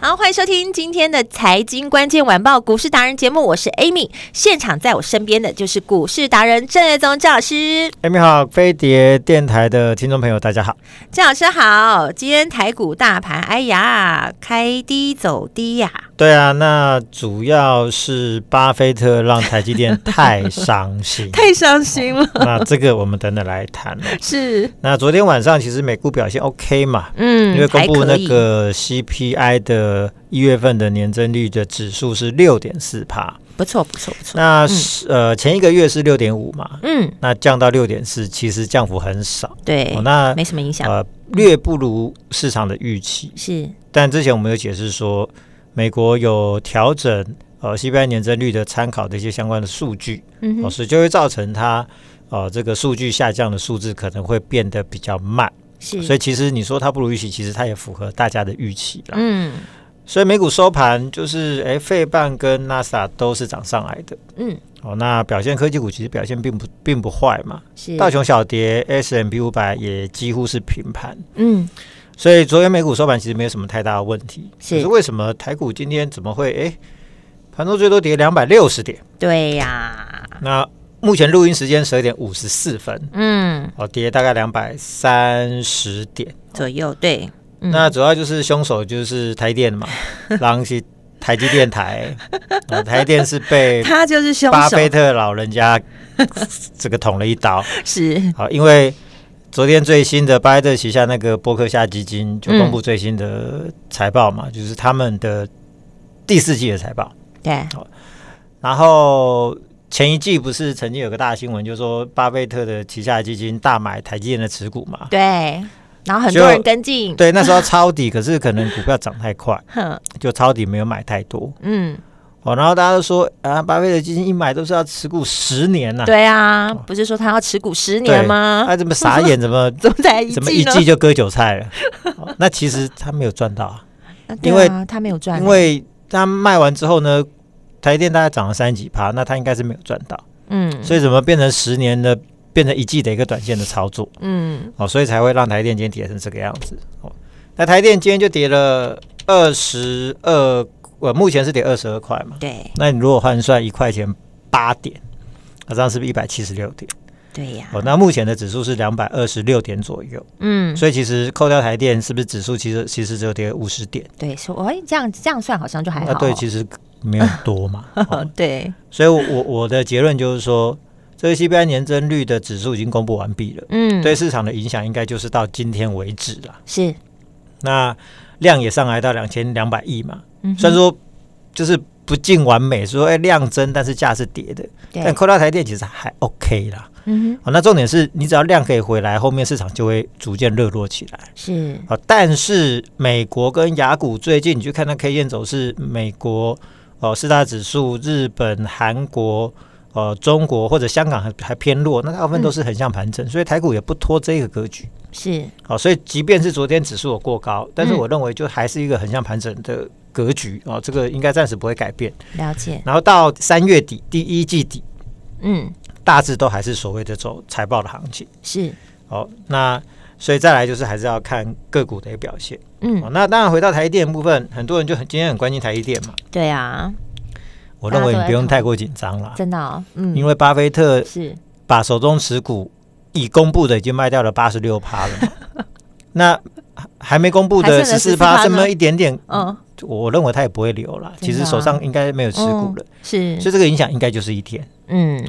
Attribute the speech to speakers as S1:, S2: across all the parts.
S1: 好，欢迎收听今天的财经关键晚报股市达人节目，我是 Amy，现场在我身边的就是股市达人郑瑞宗郑老师，
S2: 艾米哎好，飞碟电台的听众朋友，大家好。
S1: 郑老师好。今天台股大盘，哎呀，开低走低呀、
S2: 对啊，那主要是巴菲特让台积电太伤心。
S1: 太伤心了，
S2: 那这个我们等等来谈哦。
S1: 是，
S2: 那昨天晚上其实美股表现 OK 嘛，
S1: 嗯，
S2: 因为公
S1: 还
S2: 布
S1: 可
S2: 那
S1: 以，
S2: 个 CPI 的一月份的年增率的指数是六点四帕，
S1: 不错，不错，不错，
S2: 那是、呃前一个月是六点五嘛，
S1: 嗯，
S2: 那降到六点四，其实降幅很少。
S1: 对
S2: 哦、，那
S1: 哎没什么影响，
S2: 呃略不如市场的预期。
S1: 是，
S2: 但之前我们有解释说，美国有调整呃 CPI 年增率的参考的一些相关的数据，
S1: 嗯
S2: 哦，
S1: 哼，
S2: 所以就会造成它呃这个数据下降的数字可能会变得比较慢。
S1: 是，
S2: 所以啊
S1: 以，
S2: 其实你说它不如预期，其实它也符合大家的预期啦。
S1: 嗯
S2: 所以美股收盘就是哎，费半跟纳斯达都是涨上来的。
S1: 嗯，
S2: 哦，那表现科技股其实表现并不并不坏嘛，
S1: 是，
S2: 道琼小跌，S M P 五百也几乎是平盘。
S1: 嗯，
S2: 所以昨天美股收盘其实没有什么太大的问题，
S1: 是
S2: 可是为什么台股今天怎么会哎，盘中最多跌两百六十点？
S1: 对呀、
S2: 那目前录音时间十二点五十四分，
S1: 嗯，
S2: 哦，跌大概两百三十点。
S1: 左右，对，嗯
S2: 那主要就是凶手就是台 电嘛，然后是台积电台，哦台电是被
S1: 他就是凶
S2: 巴
S1: 手
S2: 菲，特老人家这个捅了一刀。
S1: 是，
S2: 好，因为昨天最新的巴菲特旗下那个伯克夏基金就
S1: 嗯
S2: 公布最新的财报嘛，就是他们的第四季的财报。
S1: 对，
S2: 然后前一季不是曾经有个大新闻，就是说巴菲特的旗下基金大买台积电的持股嘛？
S1: 对，然后很
S2: 就
S1: 多人跟进，
S2: 对，那时候抄底，可是可能股票涨太快，
S1: 哼，
S2: 就抄底没有买太多。
S1: 嗯，
S2: 哦，然后大家都说啊，巴菲特基金一买都是要持股十年呐、啊。
S1: 对啊，不是说他要持股十年吗？
S2: 啊，怎么傻眼？怎么
S1: 怎么 才一
S2: 怎么一
S1: 呢？
S2: 季就割韭菜了？哦那其实他没有赚到啊。
S1: 啊对
S2: 因为
S1: 啊、他没有赚，
S2: 因为他卖完之后呢，台电大概涨了三十几趴，那他应该是没有赚到，
S1: 嗯
S2: 所以怎么变成十年的，变成一季的一个短线的操作
S1: 嗯
S2: 哦，所以才会让台电今天跌成这个样子哦。那台电今天就跌了二十二，呃，目前是跌二十二块嘛，
S1: 对
S2: 那你如果换算一块钱八点。那这样是不是一百七十六点？
S1: 对呀、
S2: 哦，那目前的指数是两百二十六点左右，
S1: 嗯
S2: 所以其实扣掉台电，是不是指数其实其实只有跌五十点？
S1: 对，说哎这样这样算好像就还好，
S2: 那啊对，其实没有 多嘛。哦
S1: 哦对，
S2: 所以我，我我的结论就是说，这个 CPI 年增率的指数已经公布完毕了，
S1: 嗯
S2: 对市场的影响应该就是到今天为止了。
S1: 是，
S2: 那量也上来到两千两百亿嘛，
S1: 嗯哼
S2: 虽然说就是不尽完美，说哎、量增，但是价是跌的，但
S1: 对，
S2: 扣到台电其实还 OK 啦。哦
S1: 嗯
S2: 好，那重点是你只要量可以回来，后面市场就会逐渐热络起来
S1: 哼。是，
S2: 好，呃但是美国跟雅股最近你去看那 K 线走势，美国哦四大指数，日本、韩国、呃中国或者香港还还偏弱，那大部分都是横向盘整，所以台股也不脱这个格局。
S1: 是
S2: 好、所以即便是昨天指数有过高，但是
S1: 嗯
S2: 我认为就还是一个横向盘整的格局哦，这个应该暂时不会改变。
S1: 了解，
S2: 然后到三月底第一季底，
S1: 嗯
S2: 大致都还是所谓的走财报的行情。
S1: 是，
S2: 哦，那所以再来就是还是要看个股的一个表现。哦，
S1: 嗯
S2: 那当然回到台积电的部分，很多人就很今天很关心台积电嘛。
S1: 对啊，
S2: 我认为
S1: 大家都
S2: 你
S1: 在
S2: 不用
S1: 讨论
S2: 太过紧张啦，
S1: 真的、哦，嗯，
S2: 因
S1: 为
S2: 为巴菲特
S1: 是
S2: 把手中持股已公布的已经卖掉了八十六趴了嘛， 那还还没公布的
S1: 还剩
S2: 十
S1: 了14%
S2: 四趴，剩么一点点，
S1: 嗯
S2: 我认为他也不会留
S1: 真的
S2: 啦。
S1: 啊嗯
S2: 其实手上应该没有持股了，
S1: 是
S2: 所以这个影响应该就是一天。
S1: 嗯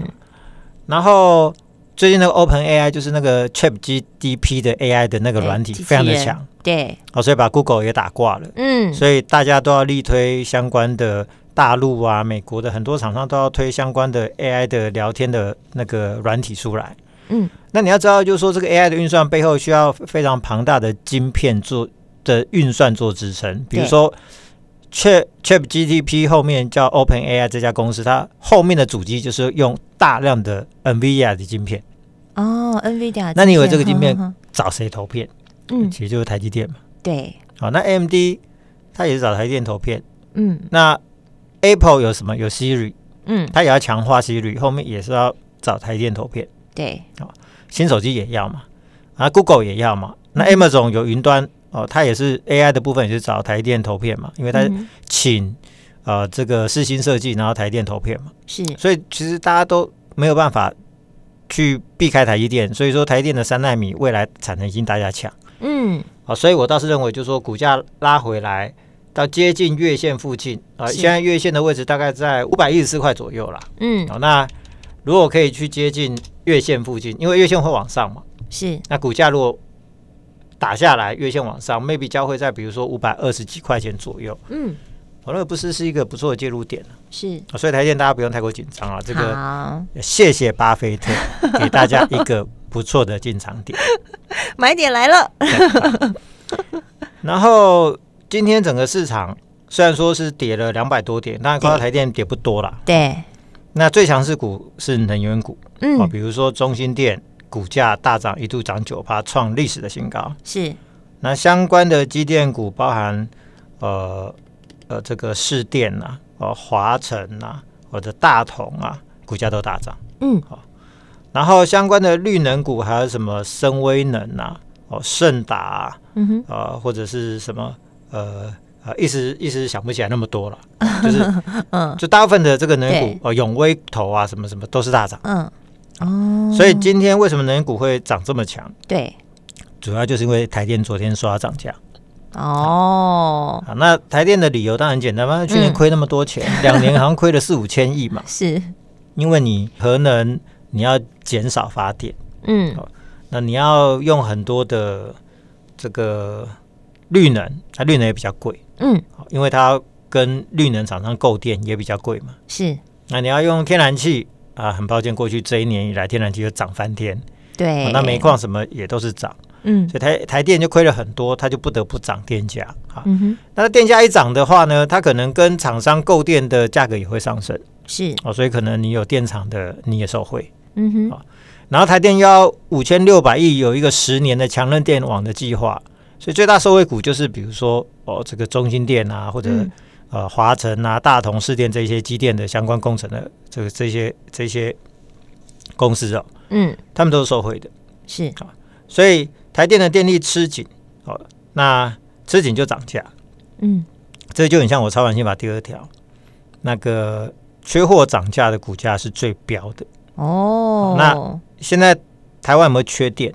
S2: 然后最近那个 Open AI 就是那个 Chat GDP 的 AI 的那个
S1: 哎
S2: 软体
S1: 机器
S2: 非常的
S1: 人
S2: 强，
S1: 对
S2: 哦，所以把 Google 也打挂了。
S1: 嗯
S2: 所以大家都要力推相关的大陆啊、美国的很多厂商都要推相关的 AI 的聊天的那个软体出来。
S1: 嗯，
S2: 那你要知道，就是说这个 AI 的运算背后需要非常庞大的晶片做的运算做支撑，比如
S1: 对
S2: 说 Chat Chat GTP 后面叫 Open AI 这家公司，它后面的主机就是用大量的 NVIDIA 的晶片，
S1: 哦，NVIDIA，
S2: 那你以为这个晶片
S1: 呵呵呵
S2: 找谁投片？
S1: 嗯，
S2: 其实就是台积电嘛。
S1: 对，
S2: 好，那 AMD 它也是找台积电投片，
S1: 嗯
S2: 那 Apple 有什么？有 Siri，
S1: 嗯，
S2: 它也要强化 Siri，后面也是要找台积电投片。
S1: 对，
S2: 新手机也要嘛，啊，Google 也要嘛。那 Amazon 有云端哦，它也是 AI 的部分也是找台积电投片嘛，因为它
S1: 嗯
S2: 请、呃这个世新设计，然后台积电投片嘛，
S1: 是
S2: 所以其实大家都没有办法去避开台积电，所以说台积电的三纳米未来产能已经大家抢
S1: 嗯
S2: 啊、所以我倒是认为就是说股价拉回来到接近月线附近啊、
S1: 是
S2: 现在月线的位置大概在五百一十四块左右啦。
S1: 嗯
S2: 哦，那如果可以去接近月线附近，因为月线会往上嘛。
S1: 是
S2: 那股价如果打下来，月线往上，maybe 将会在比如说五百二十几块钱左右，
S1: 嗯
S2: 我认为不是是一个不错的介入点、
S1: 是
S2: 啊、所以台积电大家不用太过紧张啊，这个
S1: 好
S2: 谢谢巴菲特给大家一个不错的进场点。
S1: 买点来了，
S2: 然后今天整个市场虽然说是跌了两百多点，但看到台积电跌不多啦。
S1: 对，
S2: 那最强势股是能源股啊、
S1: 嗯
S2: 比如说中兴电股价大涨，一度涨九趴，创历史的新高。
S1: 是
S2: 那相关的机电股包含呃呃这个市电呐、啊，呃华晨呐、或者大同啊，股价都大涨。哦
S1: 嗯
S2: 然后相关的绿能股还有什么深威能呐、哦盛达啊、
S1: 嗯哼
S2: 呃或者是什么呃呃一时一时想不起来那么多了， 就是
S1: 嗯
S2: 就大部分的这个能源
S1: 对
S2: 股，呃永威投啊什么什么都是大涨。
S1: 嗯哦，
S2: 所以今天为什么能源股会涨这么强？
S1: 对
S2: 主要就是因为台电昨天刷涨价。
S1: 哦，
S2: 啊，那台电的理由当然简单嘛，去年亏那么多钱，两、年好像亏了四五千亿 嘛
S1: 是
S2: 因为你核能你要减少发电，
S1: 嗯
S2: 那你要用很多的这个绿能，它绿能也比较贵，
S1: 嗯
S2: 好因为它要跟绿能厂商购电也比较贵嘛。
S1: 是
S2: 那你要用天然气啊，很抱歉，过去这一年以来天然气就涨翻天，
S1: 对
S2: 哦，那煤矿什么也都是涨，
S1: 嗯
S2: 所以台台电就亏了很多，它就不得不涨电价啊。
S1: 嗯哼
S2: 那电价一涨的话呢，它可能跟厂商购电的价格也会上升
S1: 是
S2: 哦，所以可能你有电厂的你也受惠。
S1: 嗯哼
S2: 好然后台电又要五千六百亿有一个十年的强韧电网的计划，所以最大受惠股就是比如说哦这个中心电啊，或者、
S1: 嗯
S2: 呃华晨啊、大同、市电这些机电的相关工程的这个这些这些公司哦，
S1: 嗯
S2: 他们都是受惠的。
S1: 是
S2: 所以台电的电力吃紧哦，那吃紧就涨价。
S1: 嗯
S2: 这就很像我超完先把第二条，那个缺货涨价的股价是最标的。
S1: 哦
S2: 那现在台湾有没有缺电？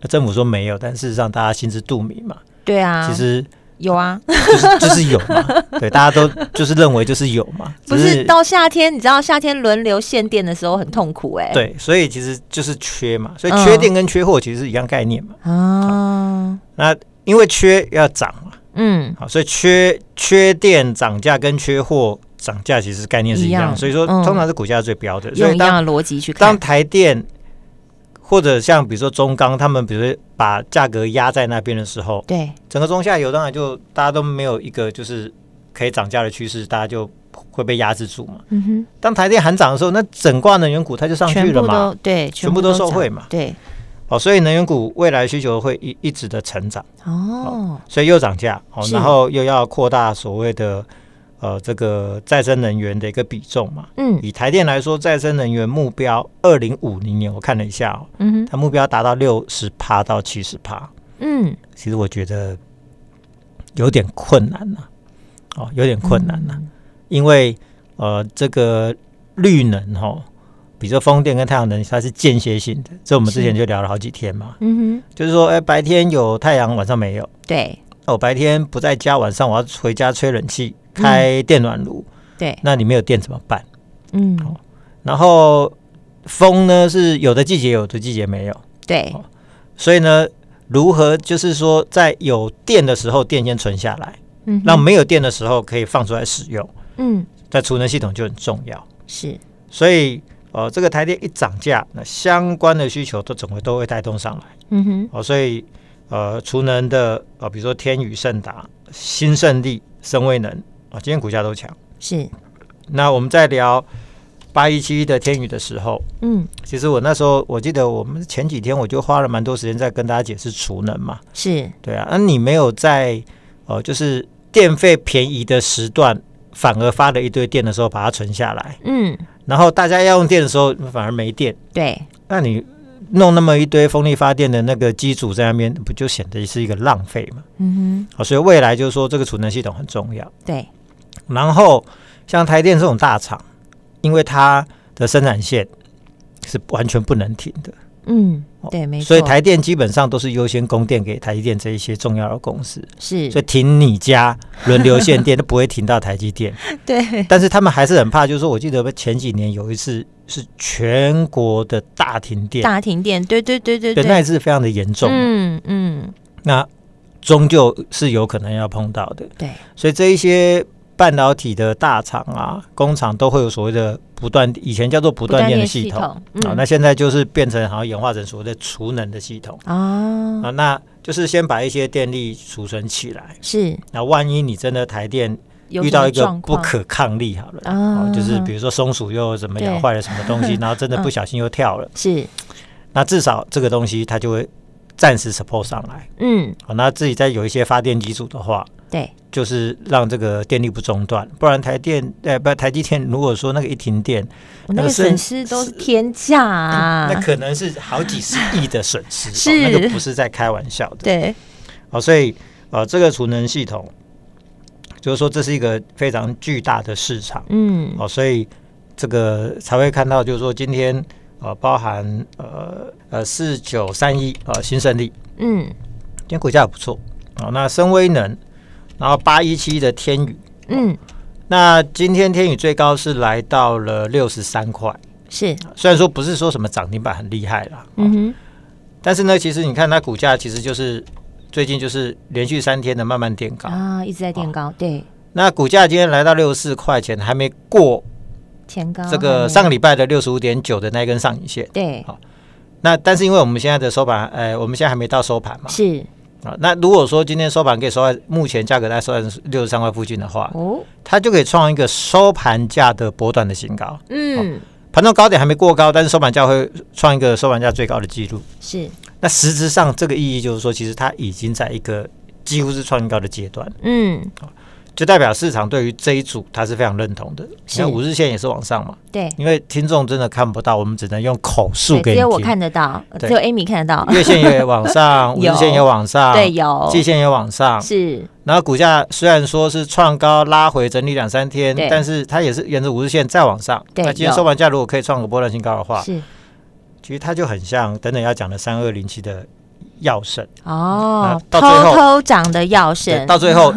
S2: 呃政府说没有，但事实上大家心知肚明嘛，
S1: 对啊，
S2: 其实
S1: 有啊，
S2: 就是就是有 嘛，对，大家都就是认为就是有嘛，
S1: 不
S2: 只
S1: 是到夏天，你知道夏天轮流限电的时候很痛苦哎、
S2: 对，所以其实就是缺嘛，所以
S1: 嗯
S2: 缺电跟缺货其实是一样概念嘛。
S1: 啊，
S2: 那因为缺要涨嘛，
S1: 嗯，
S2: 好，所以缺缺电涨价跟缺货涨价其实概念是一样，
S1: 一样
S2: 所以说
S1: 嗯
S2: 通常是股价最标的，所
S1: 用
S2: 以
S1: 一
S2: 当
S1: 样的逻辑去
S2: 当
S1: 看，
S2: 台电或者像比如说中钢，他们比如说把价格压在那边的时候，
S1: 对，
S2: 整个中下游当然就大家都没有一个就是可以涨价的趋势，大家就会被压制住嘛。
S1: 嗯
S2: 当台电喊涨的时候，那整挂能源股它就上
S1: 哼，
S2: 去
S1: 全
S2: 了
S1: 部
S2: 嘛
S1: 都。对，
S2: 全部都受惠
S1: 涨
S2: 嘛
S1: 对，
S2: 哦，所以能源股未来需求会一一直的成长，
S1: 哦，
S2: 所以又涨价哦，
S1: 是
S2: 然后又要扩大所谓的呃这个再生能源的一个比重嘛。
S1: 嗯
S2: 以台电来说，再生能源目标二零五零年，我看了一下哦，
S1: 嗯哼，
S2: 它目标达到六十趴到七十趴，
S1: 嗯，
S2: 其实我觉得有点困难呐、哦，有点困难呐、因为呃，这个绿能哈、哦，比如说风电跟太阳能，它是间歇性的，这我们之前
S1: 是
S2: 就聊了好几天嘛，
S1: 嗯哼，
S2: 就是说，哎，白天有太阳，晚上没有，
S1: 对
S2: 那我白天不在家，晚上我要回家吹冷气，开电暖炉，
S1: 对，
S2: 那你没有电怎么办？
S1: 嗯
S2: 好然后风呢是有的季节有有的季节没有。
S1: 对嗯
S2: 好，所以呢，如何就是说，在有电的时候，电先存下来，
S1: 嗯哼
S2: 让没有电的时候可以放出来使用。
S1: 嗯
S2: 那储能系统就很重要。
S1: 是
S2: 所以呃，这个台电一涨价，那相关的需求都总会都会带动上来。
S1: 嗯哼，
S2: 哦，所以呃，储能的呃，比如说天宇、盛达、新胜利、深威能啊、今天股价都强。
S1: 是
S2: 那我们在聊八一七的天宇的时候，
S1: 嗯
S2: 其实我那时候我记得我们前几天我就花了蛮多时间在跟大家解释储能嘛，
S1: 是
S2: 对啊，那、你没有在呃，就是电费便宜的时段。反而发了一堆电的时候，把它存下来，
S1: 嗯
S2: 然后大家要用电的时候反而没电，
S1: 对
S2: 那你弄那么一堆风力发电的那个机组在那边，不就显得是一个浪费吗？
S1: 嗯
S2: 啊，所以未来就是说这个储能系统很重要。
S1: 哼对
S2: 然后像台电这种大厂，因为它的生产线是完全不能停的，
S1: 嗯对没错，
S2: 所以台电基本上都是优先供电给台积电这一些重要的公司，
S1: 是
S2: 所以停你家轮流限电都不会停到台 积电。
S1: 对
S2: 但是他们还是很怕，就是说我记得前几年有一次是全国的大停电，
S1: 大停电，对对对对
S2: 对，那一次非常的严重。
S1: 嗯嗯
S2: 那终究是有可能要碰到的。
S1: 对，
S2: 所以这一些半导体的大厂啊、工厂都会有所谓的不断，以前叫做不
S1: 不
S2: 断电
S1: 电
S2: 的系统啊、
S1: 嗯
S2: 那现在就是变成好像演化成所谓的储能的系统
S1: 啊
S2: 啊，那就是先把一些电力储存起来。
S1: 是
S2: 那万一你真的台电
S1: 有
S2: 遇
S1: 什么
S2: 到一个
S1: 状
S2: 不
S1: 况
S2: 可抗力，好了，
S1: 啊
S2: 哦，就是比如说松鼠又怎么咬
S1: 对嗯
S2: 坏了什么东 西，然后真的不小心又跳了，
S1: 是
S2: 那至少这个东西它就会暂时 support 上来。
S1: 嗯
S2: 好，哦那自己再有一些发电机组的话，
S1: 对
S2: 就是让这个电力不中断，不然台电呃不台积电如果说那个一停电，
S1: 我那个
S2: 那个
S1: 损
S2: 是嗯
S1: 失都是天价啊，
S2: 那可能是好几十亿的损 失，
S1: 是
S2: 哦那个不是在开玩笑的。
S1: 对
S2: 好，所以呃这个储能系统，就是说这是一个非常巨大的市场，
S1: 嗯
S2: 哦，所以这个才会看到就是说今天呃包含呃呃四九三一呃新胜利，
S1: 嗯
S2: 今天股价也不错，哦，那深威能，然后八一七的天宇。
S1: 嗯
S2: 那今天天宇最高是来到了六十三块，
S1: 是
S2: 虽然说不是说什么涨停板很厉害啦，
S1: 嗯哼
S2: 但是呢，其实你看它股价其实就是最近就是连续三天的慢慢垫高。
S1: 啊一直在垫高，对
S2: 那股价今天来到六十四块钱，还没过
S1: 前高
S2: 这
S1: 还
S2: 个
S1: 没
S2: 上个礼拜的六十五点九的那一根上影线。
S1: 对
S2: 好那但是因为我们现在的收盘，呃，我们现在还没到收盘嘛，
S1: 是
S2: 啊，那如果说今天收盘可以收在目前价格在收在六十三块附近的话，
S1: 哦
S2: 它就可以创一个收盘价的波段的新高。
S1: 嗯
S2: 盘中高点还没过高，但是收盘价会创一个收盘价最高的记录。
S1: 是
S2: 那实质上这个意义就是说，其实它已经在一个几乎是创新高的阶段，
S1: 嗯
S2: 就代表市场对于这一组它是非常认同的。
S1: 是
S2: 像五日线也是往上嘛，
S1: 对。
S2: 因为听众真的看不到，我们只能用口述
S1: 对，
S2: 给
S1: 只
S2: 你
S1: 有我
S2: 听。
S1: 看得到，只
S2: 对
S1: 有 Amy 看得到。
S2: 月线也往上，五
S1: 有
S2: 日线也往 上，
S1: 对，有
S2: 季线也往上。
S1: 是，
S2: 然后股价虽然说是创高拉回整理两三天
S1: 对，
S2: 但是它也是沿着五日线再往上。
S1: 对
S2: 那今天
S1: 有
S2: 收盘价如果可以创个波段新高的话，
S1: 是
S2: 其实它就很像等等要讲的三二零七的药神，
S1: 哦，
S2: 嗯那
S1: 偷
S2: 到最后
S1: 偷长的药神
S2: 对，到 最后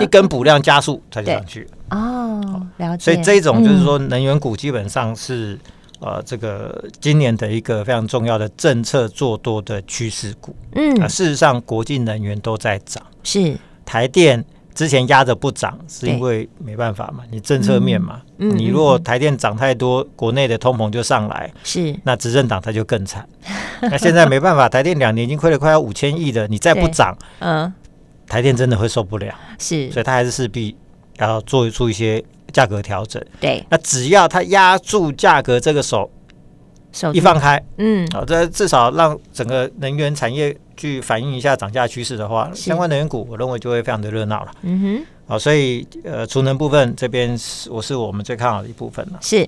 S2: 一根补量加速它就上去了。
S1: 哦，了解。
S2: 所以这一种就是
S1: 嗯
S2: 说，能源股基本上是、呃这个今年的一个非常重要的政策做多的趋势股。
S1: 嗯，
S2: 啊
S1: 嗯，
S2: 事实上，国际能源都在涨，
S1: 是，
S2: 台电。之前压着不涨，是
S1: 对
S2: 因为没办法嘛，你政策面嘛。
S1: 嗯嗯
S2: 你如果
S1: 嗯
S2: 台电涨太多，国内的通膨就上来，
S1: 是
S2: 那执政党他就更惨。那现在没办法，台电两年已经亏了快要五千亿了，你再不
S1: 对
S2: 涨，
S1: 嗯
S2: 台电真的会受不了，
S1: 是，
S2: 所以它还是势必要做出一些价格调整。
S1: 对，
S2: 那只要它压住价格这个手
S1: 手
S2: 一
S1: 术
S2: 放开，
S1: 嗯
S2: 啊、这至少让整个能源产业去反映一下涨价趋势的话，
S1: 是
S2: 相关能源股我认为就会非常的热闹了。
S1: 嗯哼
S2: 啊、所以呃，储能部分这边是我是我们最看好的一部分了。
S1: 是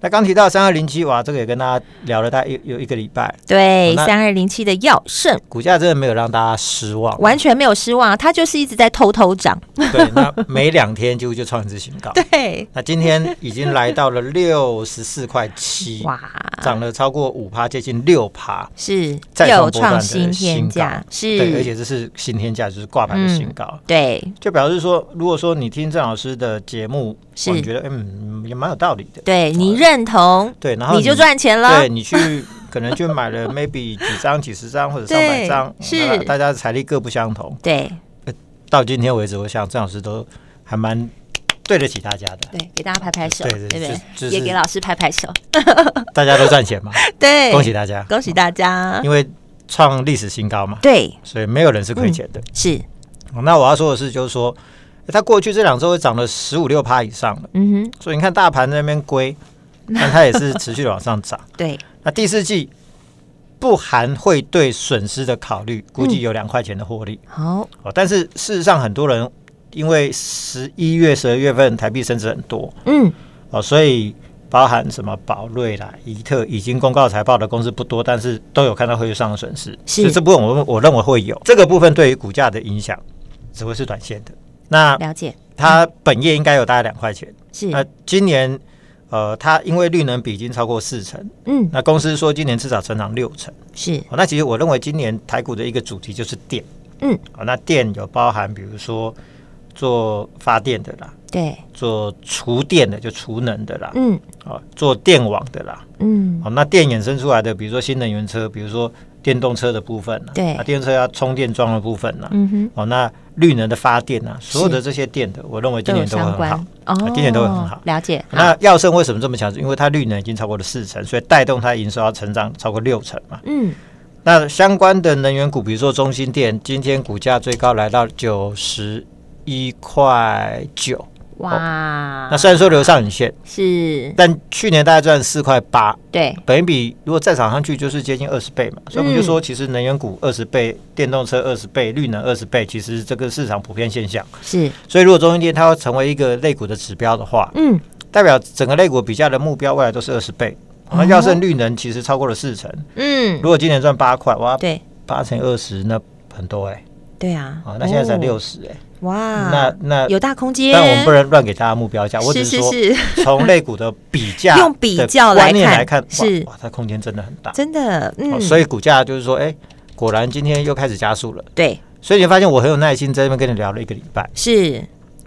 S2: 那刚提到三二零七，哇，这个也跟大家聊了大概有有一个礼拜，
S1: 对
S2: 好那
S1: 三二零七的药圣
S2: 股价真的没有让大家失望，
S1: 完全没有失望，它就是一直在偷偷涨，
S2: 对，那每两天几乎就创一次新高。
S1: 对，
S2: 那今天已经来到了六十四块七，
S1: 哇，
S2: 涨了超过五趴，接近六趴，
S1: 是
S2: 再
S1: 又
S2: 创波段
S1: 创
S2: 的
S1: 新天
S2: 新
S1: 价嗯
S2: 高，对，而且这是新天价，就是挂牌的新高，
S1: 对
S2: 就表示说，如果说你听郑老师的节目，
S1: 是
S2: 我觉得嗯也蛮有道理的，
S1: 对，你认同
S2: 对，然后
S1: 你就赚钱了
S2: 对，你去 可能就买了 maybe 几张、几十张或者上
S1: 对
S2: 百张，
S1: 是
S2: 那大家的财力各不相同。
S1: 对
S2: 到今天为止，我想郑老师都还蛮对得起大家的，
S1: 对，给大家拍拍手，
S2: 对
S1: 对
S2: 对
S1: 不对？
S2: 就就是
S1: 也给老师拍拍手，
S2: 大家都赚钱嘛，
S1: 对，嗯
S2: 恭喜大家，
S1: 恭喜大家，
S2: 因为创历史新高嘛，
S1: 对，
S2: 所以没有人是亏钱的。
S1: 是，
S2: 那我要说的是，就是说，它过去这两周涨了十五六趴以上了，
S1: 嗯哼，
S2: 所以你看大盘在那边归，但它也是持续的往上涨。
S1: 对，
S2: 那第四季不含汇兑损失的考虑，估计有两块钱的获利、
S1: 好，
S2: 哦。但是事实上，很多人因为十一月、十二月份台币升值很多
S1: 嗯，
S2: 哦，所以包含什么宝瑞啦、怡特已经公告财报的公司不多，但是都有看到汇率上的损失。
S1: 是
S2: 所以这部分我我认为会有这个部分对于股价的影响，只会是短线的。那
S1: 了解，
S2: 它本业应该有大概两块钱，
S1: 是，
S2: 那今年。呃，它因为绿能比已经超过四成，
S1: 嗯，
S2: 那公司说今年至少成长六成。
S1: 是，
S2: 哦，那其实我认为今年台股的一个主题就是电，
S1: 嗯，
S2: 哦，那电有包含比如说做发电的啦，
S1: 对，
S2: 做厨电的就储能的啦，
S1: 嗯
S2: 哦，做电网的啦，
S1: 嗯，
S2: 哦，那电衍生出来的，比如说新能源车，比如说电动车的部分啦，
S1: 对
S2: 那电动车要充电桩的部分啦，
S1: 嗯哼，
S2: 哦，那绿能的发电啊，所有的这些电的，我认为今
S1: 都有
S2: 年都会
S1: 相
S2: 很
S1: 关哦
S2: 好。啊今年都会很好
S1: 了解，好，
S2: 那药盛为什么这么强势？因为它绿能已经超过了四成，所以带动它营收要成长超过六成嘛。
S1: 嗯，
S2: 那相关的能源股，比如说中心电，今天股价最高来到九十一块九。
S1: 哇，
S2: 那虽然说留上影线，
S1: 是，
S2: 但去年大概赚四块八，
S1: 对，
S2: 本一比如果再涨上去，就是接近二十倍嘛。所以我们
S1: 嗯
S2: 就说，其实能源股二十倍，电动车二十倍，绿能二十倍，其实这个市场普遍现象。
S1: 是，
S2: 所以如果中心电它要成为一个类股的指标的话，
S1: 嗯，
S2: 代表整个类股比价的目标未来都是二十倍。那要
S1: 哦
S2: 胜绿能其实超过了四成，
S1: 嗯，
S2: 如果今年赚八块，哇，
S1: 对，
S2: 八乘二十那很多哎、
S1: 对啊，
S2: 啊，那现在才
S1: 哦
S2: 六，十哎，
S1: 哇，
S2: 那那
S1: 有大空间，
S2: 但我们不能乱给大家目标价，我只
S1: 是
S2: 是
S1: 是
S2: 说
S1: 是，
S2: 从类股的比价
S1: 用比较
S2: 的
S1: 来
S2: 观念
S1: 看
S2: 来看，
S1: 是
S2: 哇哇，它空间真的很大，
S1: 真的，
S2: 哦
S1: 嗯，
S2: 所
S1: 以
S2: 以股价就是说，哎，果然今天又开始加速了。
S1: 对，
S2: 所以你会发现我很有耐心在这边跟你聊了一个礼拜，
S1: 是，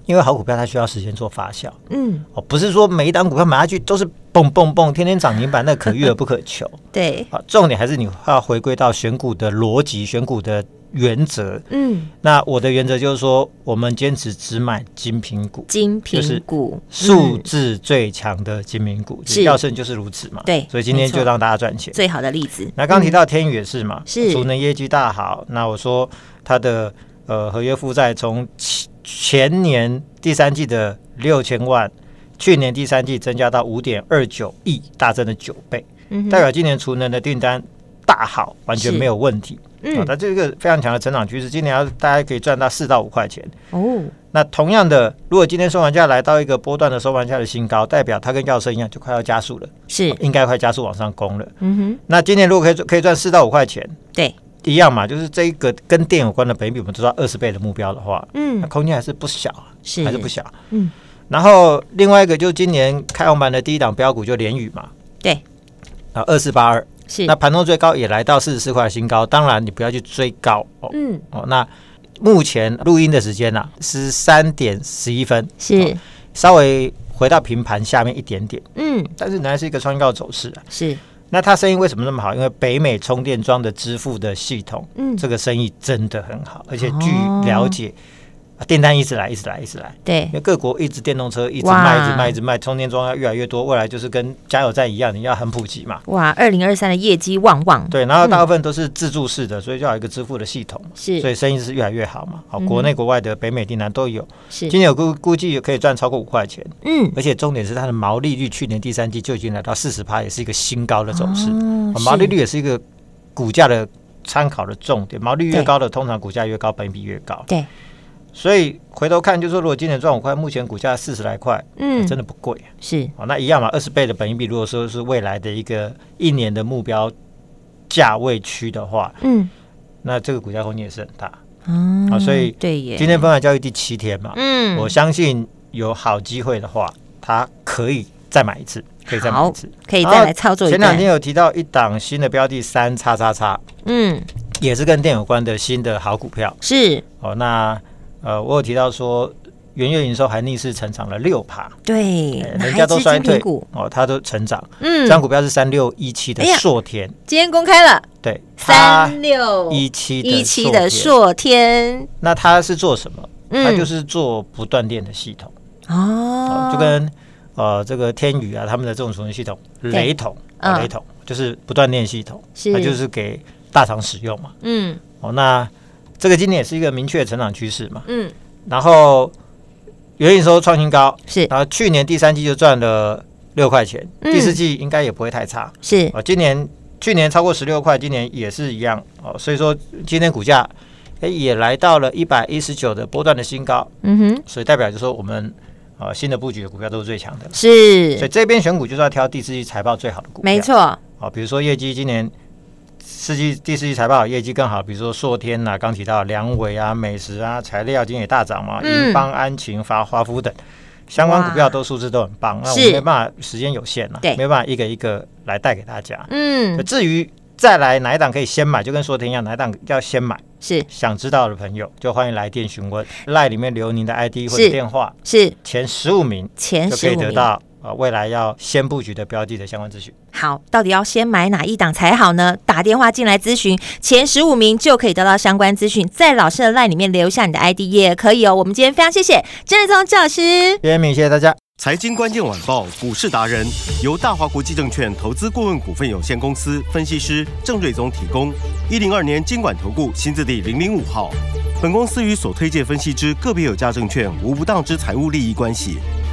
S2: 因为好股票它需要时间做发酵
S1: 嗯，
S2: 哦，不是说每一档股票买下去都是蹦蹦蹦，天天涨停板，那可遇而不可求
S1: 对，
S2: 啊。重点还是你要回归到选股的逻辑、选股的原则。
S1: 嗯，
S2: 那我的原则就是说，我们坚持只买精品股，
S1: 金
S2: 就是
S1: 苹股
S2: 数
S1: 嗯
S2: 字最强的精明股，
S1: 是
S2: 药圣就是如此嘛。
S1: 对
S2: 所以今天
S1: 没错
S2: 就让大家赚钱。
S1: 最好的例子，
S2: 那刚刚提
S1: 嗯
S2: 到天宇也是嘛，
S1: 是
S2: 储能业绩大好。那我说它的呃合约负债从前前年第三季的六千万，去年第三季增加到五点二九亿，大增了九倍，
S1: 嗯哼
S2: 代表今年储能的订单大好，完全
S1: 是
S2: 没有问题。啊，
S1: 嗯
S2: 它这个非常强的成长趋势，今年要大概可以赚到四到五块钱。
S1: 哦，
S2: 那同样的，如果今天收盘价来到一个波段的收盘价的新高，代表它跟药生一样，就快要加速了，
S1: 是，
S2: 应该快加速往上攻了。
S1: 嗯
S2: 那今年如果可以可以赚四到五块钱，
S1: 哼，对，
S2: 一样嘛，就是这一个跟电有关的本益比，我们知道二十倍的目标的话，那
S1: 嗯，
S2: 空间还是不小啊，
S1: 是
S2: 还是不小。
S1: 嗯，
S2: 然后另外一个就是今年开红盘的第一档标股就联宇嘛，
S1: 对，
S2: 啊二四八二，
S1: 是
S2: 那，盘中最高也来到四十四块的新高，当然你不要去追高哦。
S1: 嗯，
S2: 哦，那目前录音的时间啊，十三点十一分，
S1: 是，
S2: 稍微回到平盘下面一点点，
S1: 嗯，
S2: 但是仍然是一个穿高走势啊。
S1: 是，
S2: 那它生意为什么那么好？因为北美充电桩的支付的系统，
S1: 嗯
S2: 这个生意真的很好，而且
S1: 哦
S2: 据了解，啊订单一直来，一直来，一直来。
S1: 对
S2: 因，为各国一直电动车一直
S1: 哇
S2: 卖，一直卖，一直卖，充电桩要越来越多，未来就是跟加油站一样，你要很普及嘛。
S1: 哇，二零二三的业绩旺旺，
S2: 对，然后大部分都是自助式的，所以就要有一个支付的系统，
S1: 是嗯
S2: 所以生意是越来越好嘛。好，国内国外的北美订单都有，
S1: 是
S2: 今，年有估估计也可以赚超过五块钱，
S1: 嗯，
S2: 而且重点是它的毛利率去年第三季就已经来到四十趴，也是一个新高的走势。
S1: 哦
S2: 哦毛利
S1: 是
S2: 率也是一个股价的参考的重点，毛利率越
S1: 对
S2: 高的，通常股价越高，本益比越高。
S1: 对，
S2: 所以回头看，就是说，如果今年赚五块，目前股价四十来块，
S1: 嗯，
S2: 真的不贵
S1: 是，
S2: 哦。那一样嘛，二十倍的本益比，如果说是未来的一个一年的目标价位区的话，
S1: 嗯，
S2: 那这个股价空间也是很大。
S1: 啊
S2: 所以
S1: 对耶，
S2: 今天分盘交易第七天嘛，
S1: 嗯，
S2: 我相信有好机会的话，它可以再买一次，可以再买一
S1: 好
S2: 次。
S1: 可以
S2: 然
S1: 再
S2: 后
S1: 来操作一
S2: 前两
S1: 段，
S2: 天有提到一档新的标的三叉叉叉，
S1: 嗯，
S2: 也是跟电有关的新的好股票
S1: 是，
S2: 哦。那呃，我有提到说，元月营收还逆势成长了六趴，
S1: 对，
S2: 哎
S1: 哪
S2: 人
S1: 一
S2: 家都
S1: 只
S2: 衰
S1: 金
S2: 退
S1: 苹果，
S2: 哦，它都成长。
S1: 嗯
S2: 这，张股票是三六一七的
S1: 哎呀
S2: 硕天，
S1: 今天公开了
S2: 对，它
S1: 三六
S2: 一七
S1: 一七
S2: 的
S1: 的
S2: 硕天，
S1: 硕天，
S2: 那它是做什么？它
S1: 嗯
S2: 就是做不断电的系统。
S1: 哦
S2: 哦，就跟呃这个天宇啊他们的这种储能系统雷同，哦
S1: 嗯
S2: 雷同就是不断电系统，
S1: 是
S2: 它就是给大厂使用嘛。
S1: 嗯
S2: 哦，那这个今年也是一个明确的成长趋势嘛。
S1: 嗯
S2: 然后原营收创新高，
S1: 是
S2: 然后去年第三季就赚了六块钱，
S1: 嗯
S2: 第四季应该也不会太差。
S1: 是
S2: 哦，今年去年超过十六块，今年也是一样哦，所以说今天股价。诶也来到了一百一十九的波段的新高，
S1: 嗯哼
S2: 所以代表就是说我们呃新的布局的股票都是最强的。所以
S1: 是
S2: 这边选股就是要挑第四季财报最好的股票，
S1: 没。错
S2: 好，比如说业绩今年四季第四季财报业绩更好，比如说硕天呐、刚提到良伟啊、美食啊、材料今年也大涨嘛，
S1: 嗯
S2: 银邦、安晴、发华夫等相关股票都数字都很棒。那我
S1: 是
S2: 们没办法，时间有限啊，
S1: 对
S2: 没办法一个一个来带给大家。
S1: 嗯
S2: 至于再来哪一档可以先买，就跟硕天一样，哪一档要先买。
S1: 是
S2: 想知道的朋友就欢迎来电询问，赖里面留您的 ID 或者
S1: 是
S2: 电话，
S1: 是
S2: 前十五名
S1: 前
S2: 就可
S1: 十
S2: 以
S1: 五
S2: 得
S1: 名
S2: 到呃未来要先布局的标的的相关资讯。
S1: 好，到底要先买哪一档才好呢？打电话进来咨询，前十五名就可以得到相关资讯，在老师的 line 里面留下你的 ID 也可以哦。我们今天非常谢谢郑志聪郑老师。
S2: 谢谢敏，谢谢大家。
S3: 财经关键晚报股市达人由大华国际证券投资顾问股份有限公司分析师郑瑞宗提供。一零二年经管投顾新字第零零五号。本公司与所推介分析之个别有价证券无不当之财务利益关系。